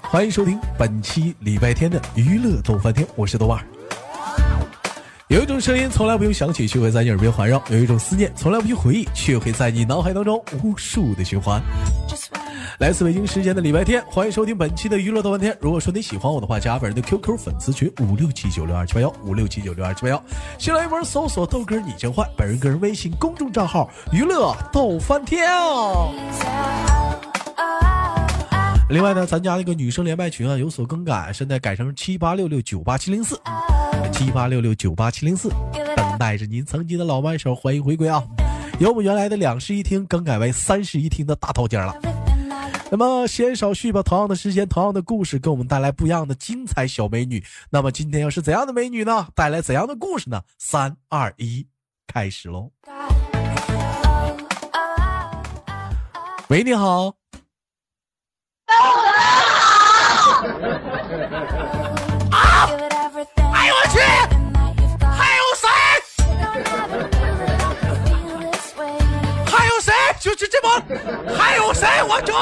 欢迎收听本期礼拜天的娱乐逗翻天，我是豆瓣儿。有一种声音从来不用响起，却会在你耳边环绕；有一种思念从来不用回忆，却会在你脑海当中无数的循环。来自北京时间的礼拜天，欢迎收听本期的娱乐豆瓣天。如果说你喜欢我的话，加本人的 QQ 粉丝群五六七九六二七八幺五六七九六二七八幺，新浪微博搜索豆哥你真坏，本人个人微信公众账号娱乐豆翻天。另外呢，咱家那个女生连麦群啊有所更改，现在改成七八六六九八七零四，七八六六九八七零四，等待着您曾经的老麦手，欢迎回归啊！由我们原来的两室一厅更改为三室一厅的大套间了。那么闲言少叙吧，同样的时间，同样的故事，给我们带来不一样的精彩小美女。那么今天又是怎样的美女呢？带来怎样的故事呢？三二一，开始喽！喂，你好，哎呦我去！还有谁？还有谁？就就这帮，还有谁？我就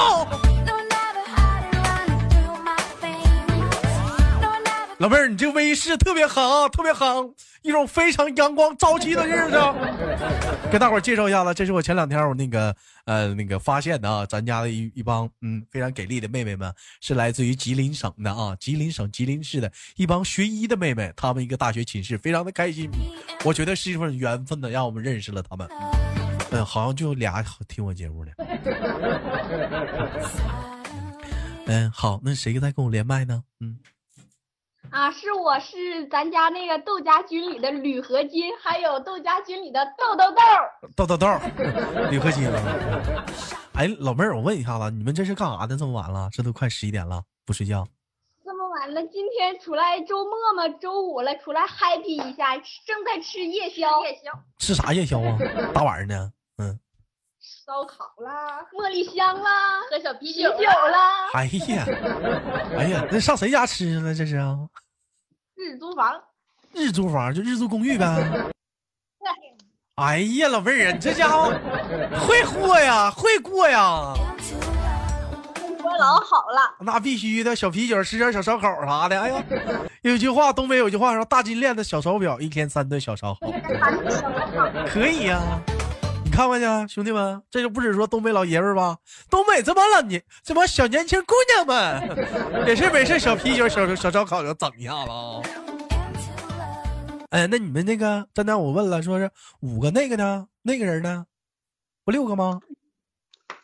老妹儿，你这威势特别狠啊，特别狠，一种非常阳光朝气的日子。给大伙儿介绍一下子，这是我前两天我那个呃那个发现的啊，咱家的一一帮嗯非常给力的妹妹们，是来自于吉林省的啊，吉林省吉林市的一帮学医的妹妹，她们一个大学寝室，非常的开心。我觉得是一份缘分呢，让我们认识了她们。嗯，好像就俩听我节目的。嗯，好，那谁在跟我连麦呢？嗯。啊，是我是咱家那个豆家军里的铝合金，还有豆家军里的豆豆豆。豆豆豆，铝合金了。哎，老妹儿，我问一下子，你们这是干啥呢？这么晚了，这都快十一点了，不睡觉？这么晚了，今天出来周末嘛，周五了，出来 happy 一下，吃正在吃夜宵，夜宵吃啥夜宵啊？大晚上的，嗯。烧烤啦，茉莉香啦，喝小啤酒啤酒啦，哎呀，哎呀，那上谁家吃去了？这是啊，自己租房。日租房就日租公寓呗。哎呀，老妹儿啊，你这家伙会过呀，会过呀，说老好了，那必须的。小啤酒，吃点小烧烤啥的。哎呀，有句话，东北有句话说，大金链子，小手表，一天三顿小烧烤。可以呀、你看看去，兄弟们，这就不只说东北老爷们儿吧，东北这帮老年这帮小年轻姑娘们，也是没事小啤酒、小小烧烤就整一下子啊。哎，那你们那个刚才我问了，说是五个那个呢？那个人呢？不六个吗？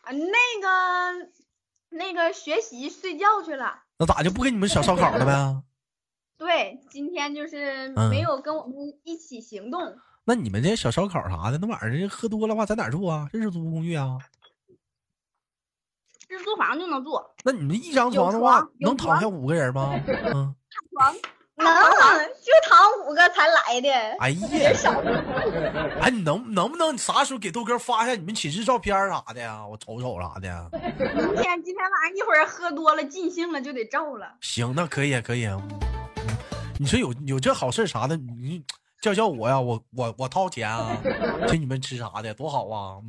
啊，那个那个学习睡觉去了。那咋就不给你们小烧烤了呗？对，今天就是嗯没有跟我们一起行动。那你们这小烧烤啥的，那晚上喝多了话，在哪儿住啊？这是租公寓啊？自租房就能住，那你们一张床的有话床，有能躺下五个人吗？嗯， 能啊就躺五个才来的。哎呀，哎，你能能不能你啥时候给豆哥发一下你们寝室照片儿啥的呀？我瞅瞅啥的呀。明天今天晚上一会儿喝多了尽兴了就得照了。行，那可以，可以。嗯你说有有这好事儿啥的，你你叫叫我呀，我我我掏钱啊，请你们吃啥的，多好啊！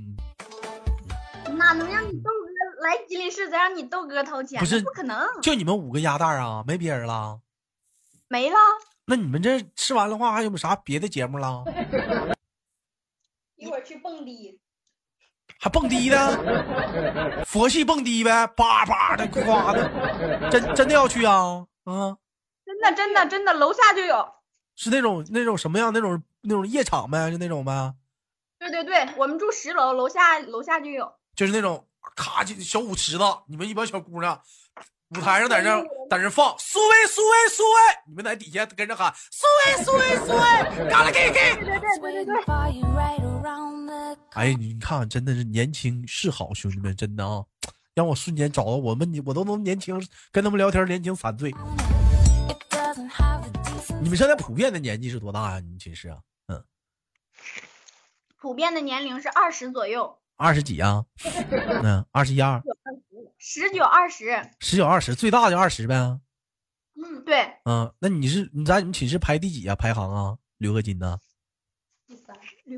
嗯，哪能让你豆哥来吉林市再让你豆哥掏钱？不是不可能，就你们五个鸭蛋儿啊，没别人了。没了。那你们这吃完的话，还有没有啥别的节目了？一会儿去蹦迪，还蹦迪呢？佛系蹦迪呗，叭叭的，夸的，真真的要去啊？啊，真的真的真的，楼下就有。是那种那种什么样？那种那种夜场呗，就那种呗，对对对，我们住十楼，楼下楼下就有。就是那种咔就小舞池子，你们一帮小姑娘，舞台上在那在那放苏威苏威苏威，你们在底下跟着喊苏威苏威苏威，嘎啦给给。哎，你看，真的是年轻是好，兄弟们，真的啊，让我瞬间找到我们，你我都能年轻，跟他们聊天年轻三岁。你们现在普遍的年纪是多大呀、你们寝室啊？普遍的年龄是二十左右，二十几啊？ 嗯，二十一二，十九二十。十九二十，最大就二十呗。嗯，对，嗯，那你是你在你们寝室排第几啊？排行啊？铝合金呢？铝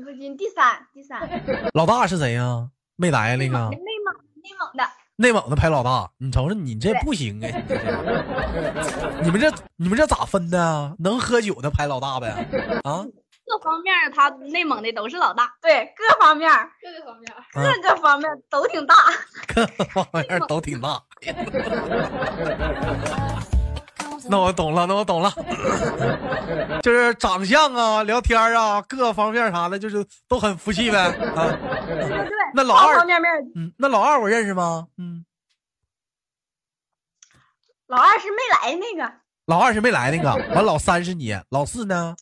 合金第三第三，内啊老大是谁呀、没来那个蒙内蒙内蒙的，内蒙的排老大，你瞅瞅你这不行哎，你们这 你们这咋分的？啊能喝酒的排老大呗？啊，各方面儿他内蒙的都是老大，对，各方面儿各个方面儿啊各个方面儿都挺大。各方面都挺大。那我懂了，那我懂了，就是长相啊、聊天啊、各方面啥的，就是都很服气呗。啊，对，那老方二方面面儿，嗯，那老二我认识吗？嗯，老二是没来那个，老二是没来那个， 完老三是你，老四呢？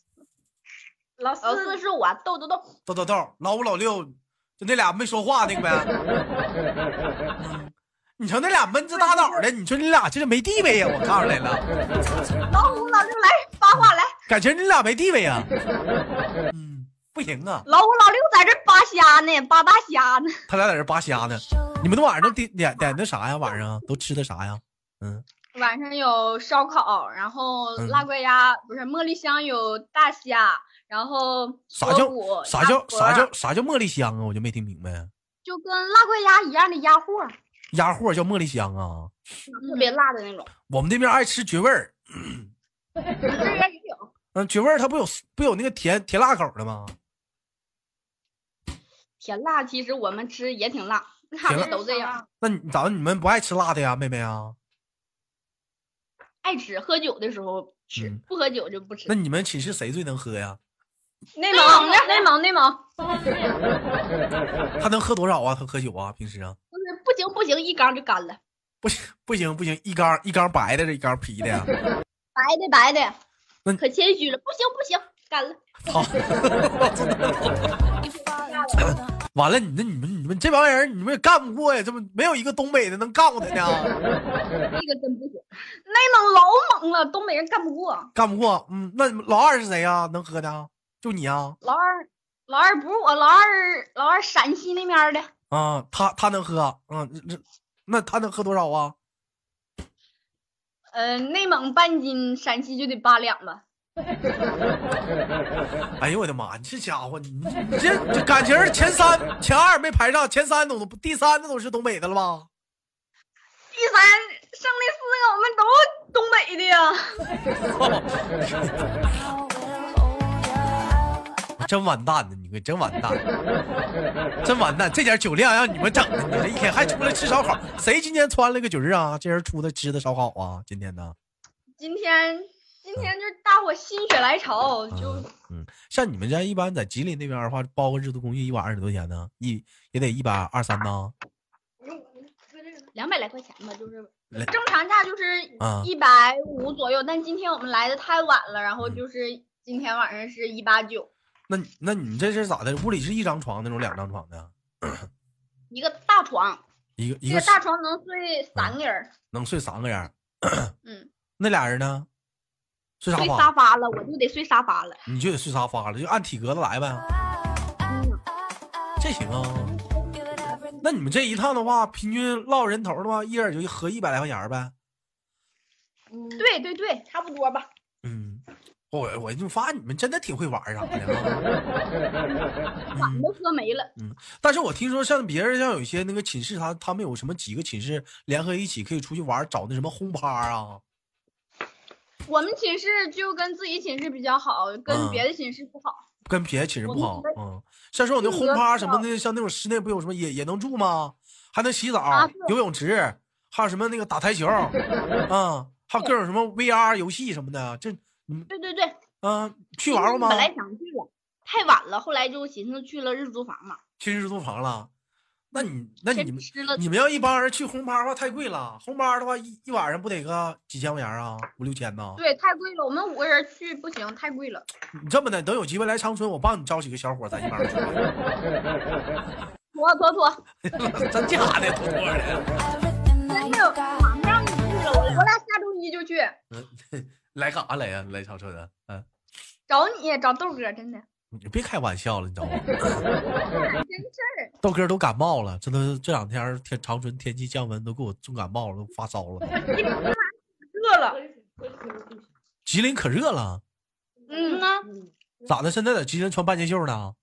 老老四四是我豆豆豆，豆豆豆，老五老六，就那俩没说话那个呗。嗯你瞅那俩闷着大脑的，你说你俩这是没地位呀、我看出来了，老五老六来发话来，感情你俩没地位呀、嗯，不行啊，老五老六在这扒虾呢，扒大虾呢。他俩在这扒瞎呢。你们那晚上都点点点的啥呀？晚上都吃的啥呀？嗯，晚上有烧烤，然后嗯辣怪鸭、不是茉莉香有大虾，然后啥叫蘑菇啥鸭叫脖啥儿叫啥叫茉莉香啊？我就没听明白，就跟辣怪鸭一样的鸭货，鸭货叫茉莉香啊？特嗯别辣的那种，我们那边爱吃绝味儿，这边也有嗯，绝味儿它不有不有那个甜甜辣口的吗？甜辣，其实我们吃也挺辣，辣他们都这样，那你咋的？你们不爱吃辣的呀，妹妹啊？爱吃，喝酒的时候吃，嗯不喝酒就不吃那。你们寝室谁最能喝呀？内蒙的内蒙内蒙，他能喝多少啊？他喝酒啊？平时啊？就是不行不行，一缸就干了，不行不行不行，一缸一缸白的，这一缸啤的呀。白的白的，那可谦虚了，不行不行，干了。好，完了，你那你们你们这帮人，你们也干不过呀？这不没有一个东北的能干过他呢？这个真不行，内蒙老猛了，东北人干不过。干不过，嗯，那你们老二是谁呀？能喝的啊？就你啊？老二老二不是我，老二老二陕西那边的，啊，他他能喝，嗯，这这那他能喝多少啊？呃，内蒙半斤，陕西就得八两吧。哎呦我的妈！你这家伙，你你你这这感情儿前三前二没排上，前三都第三的都是东北的了吧？第三剩那四个我们都东北的呀。真完蛋呢！你可真完蛋，真完蛋！这点酒量让你们整的，你这一天还出来吃烧烤，谁今天穿了个局儿啊？这人出来吃的烧烤啊？今天呢？今天今天就是大伙心血来潮，就嗯嗯，像你们家一般在吉林那边的话，包个日租公寓一晚二十多钱呢，一也得一百二三呢。两百来块钱吧，就是来正常价就是啊一百五左右，但今天我们来的太晚了，然后嗯就是今天晚上是一八九，那你那你这是咋的？屋里是一张床那种，两张床的，一个大床，一个一这个嗯个大床能睡三个人儿，能睡三个人儿。嗯，那俩人呢？睡沙睡发沙，发了，我就得睡沙发了。你就得睡沙发了，就按体格子来呗。这行啊？那你们这一趟的话，平均落人头的话，一人也就合一百来块钱儿呗。对对对，差不多吧。嗯，我我就发现你们真的挺会玩儿啥的、啊。嗯都喝没了，但是我听说像别人像有一些那个寝室，他他们有什么几个寝室联合一起可以出去玩儿，找那什么轰趴儿啊？我们寝室就跟自己寝室比较好，嗯跟别的寝室不好。跟别的寝室不好我们，嗯，像说有那就轰是趴什么的，像那种室内不有什么也也能住吗？还能洗澡、啊游泳池，还有什么那个打台球，啊、还有各种什么 VR 游戏什么的，这嗯对对对，啊，去玩嗯过吗本？来想去了，太晚了，后来就寻思去了日租房嘛，去日租房了？那你那你先们吃了呃你们要一帮人去轰趴的话太贵了，轰趴的话一一晚上不得个几千块钱啊，五六千呢？对，太贵了，我们五个人去不行，太贵了。你这么的，等有机会来长春，我帮你招几个小伙儿，咱一帮人去，妥妥妥， 真假的，妥妥的，马上就去了，我我俩下周一就去来干啥来呀、来长春啊？嗯、找你找豆哥，真 的，你别开玩笑了，你知道 吗？真事儿。豆哥都感冒了，这都这两天儿天长春天气降温，都给我重感冒了，都发烧了。热了，吉林可热了，嗯呐，咋的？现在在吉林穿半截袖呢？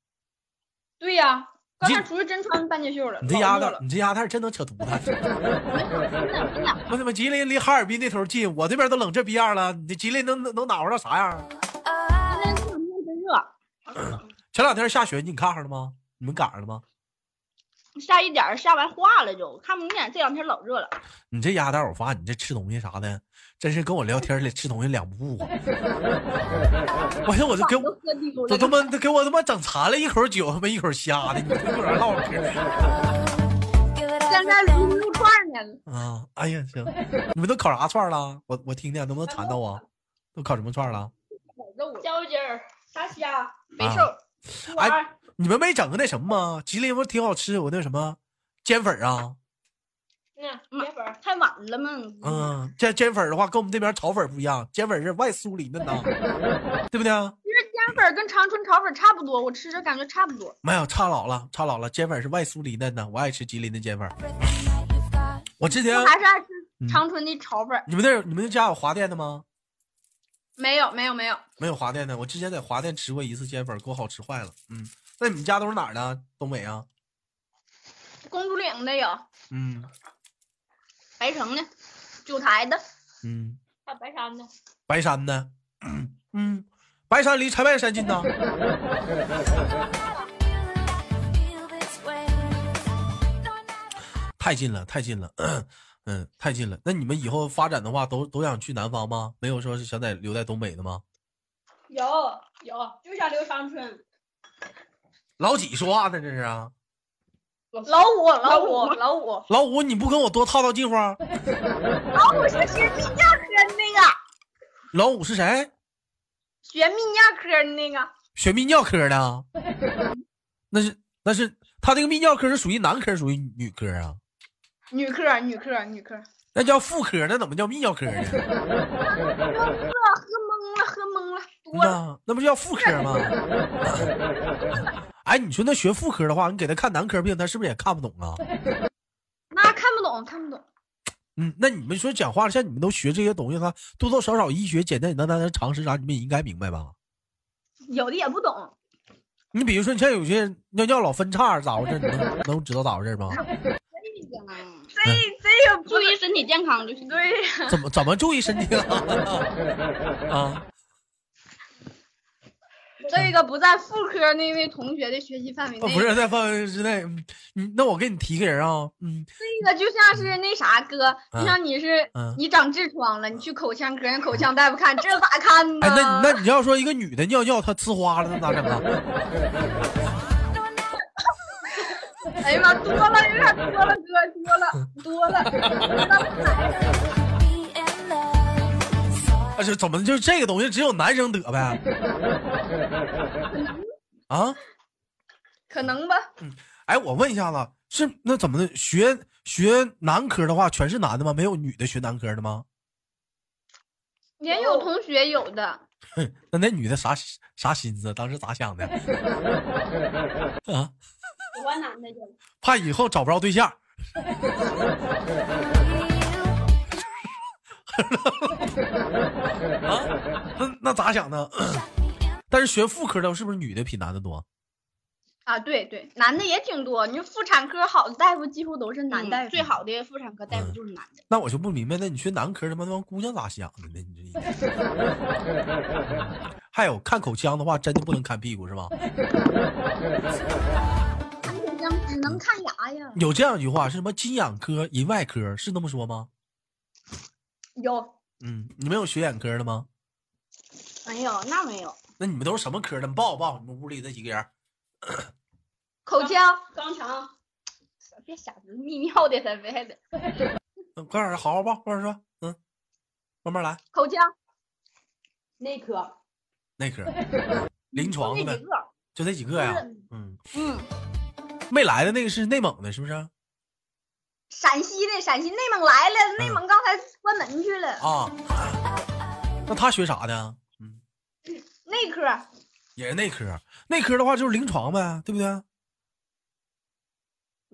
对呀、刚这才出去真穿半截袖了，你这老丫热头，了你这丫头真能扯犊 子！真的真的，我怎么吉林离哈尔滨那头近，我这边都冷这逼样了，你吉林能能暖和到啥样？啊今天这两天真热，前两天下雪，你看上了吗？你们赶上了吗？下一点儿下完化了就看不见，这两天老热了。你这丫头，我发现你这吃东西啥的，真是跟我聊天儿里吃东西两不误啊！ 完了我就给都我喝丢都了。他妈给我他妈整馋了，一口酒他妈一口虾的，你跟我这唠嗑儿现在撸撸串儿呢，啊！哎呀，行，你们都烤啥串儿了？我我听听，能不能馋到啊？都烤什么串儿了？烤肉了椒鸡儿、大虾、啊肥瘦、猪哎丸儿、你们没整个那什么吗？吉林不是挺好吃，有那什么煎粉儿啊？那铁粉，太晚了嘛。嗯，这煎粉儿的话跟我们这边炒粉儿不一样，煎粉儿是外酥里嫩呐，对不啊对？其实煎粉儿跟长春炒粉儿差不多，我吃着感觉差不多。没有，差老了，差老了，煎粉儿是外酥里嫩的，我爱吃吉林的煎粉儿。我之前我还是爱吃嗯长春的炒粉儿。你们那儿你们那家有华店的吗？没有没有没有，没有华店的，我之前在华店吃过一次煎粉儿，给我好吃坏了。嗯，那你们家都是哪儿的？东北啊？公主岭的有，嗯白城的，九台的，嗯，还有白山的，白山的， 嗯，白山离柴白山近呐。太近了，太近了， 嗯，太近了。那你们以后发展的话，都都想去南方吗？没有说是想在留在东北的吗？有有，就想留长春。老几说话呢？这是啊，老五老老五五老五，老五，你不跟我多套套近乎啊？我是学泌尿科的那个，老五是谁？学泌尿科的那个。学泌尿科的啊？那是那是他这个泌尿科是属于男科，属于女科啊？女科，女科，女科，那叫妇科，那怎么叫泌尿科呢？喝喝懵了，喝懵了，多了。那那不叫妇科 吗？哎，你说那学妇科的话，你给他看男科病，他是不是也看不懂啊？ 那看不懂，看不懂。嗯，那你们说讲话，像你们都学这些东西，他多多少少医学简单简单单的常识啥，你们也应该明白吧？有的也不懂，你比如说，你像有些人尿尿老分叉，咋回事？你能能知道咋回事吗？ 这这个嗯注意身体健康就行。对，怎么怎么注意身体啊？ 啊，这个不在妇科那位同学的学习范围内。不是在范围之内。嗯嗯，那我给你提个人啊，嗯这个就像是那啥哥，嗯就像你是、嗯你长痔疮了，你去口腔科，人口腔大夫看，这咋看呢？哎，那你那你要说一个女的尿尿她呲花了，那咋整啊？ 哎呀妈，多了有点多了，哥多了多了。啊，这怎么就这个东西只有男生得呗？啊？可能吧，哎，我问一下子，是那怎么的？学学男科的话，全是男的吗？没有女的学男科的吗？也有同学有的，那那女的啥啥心思？当时咋想的？ 啊，喜欢男的就怕以后找不着对象。啊，那那咋想的？ 但是学妇科的是不是女的比男的多？啊，对对，男的也挺多。你说妇产科好的大夫几乎都是男大夫，最好的妇产科大夫就是男的。那我就不明白，那你学男科他妈那帮姑娘咋想的呢？你这一天。 还有看口腔的话，真的不能看屁股是 吗？好像只能看牙呀。有这样一句话是什么？金眼科、银外科是那么说吗？有嗯，你们有学眼科的吗？没有，那没有。那你们都是什么科的？你报我报，你们屋里这几个人。口腔，肛肠别瞎泌尿的才别的。嗯，快点儿好好报，快点儿说，嗯，慢慢来。口腔内科内科、 临床就的这呗几，个，就这几个就呀是。嗯，嗯，没来的那个是内蒙的，是不是？啊，陕西的，陕西内蒙来了，内蒙刚才关门去了。啊那他学啥的？嗯，内科也是内科。内科的话就是临床呗，对不对？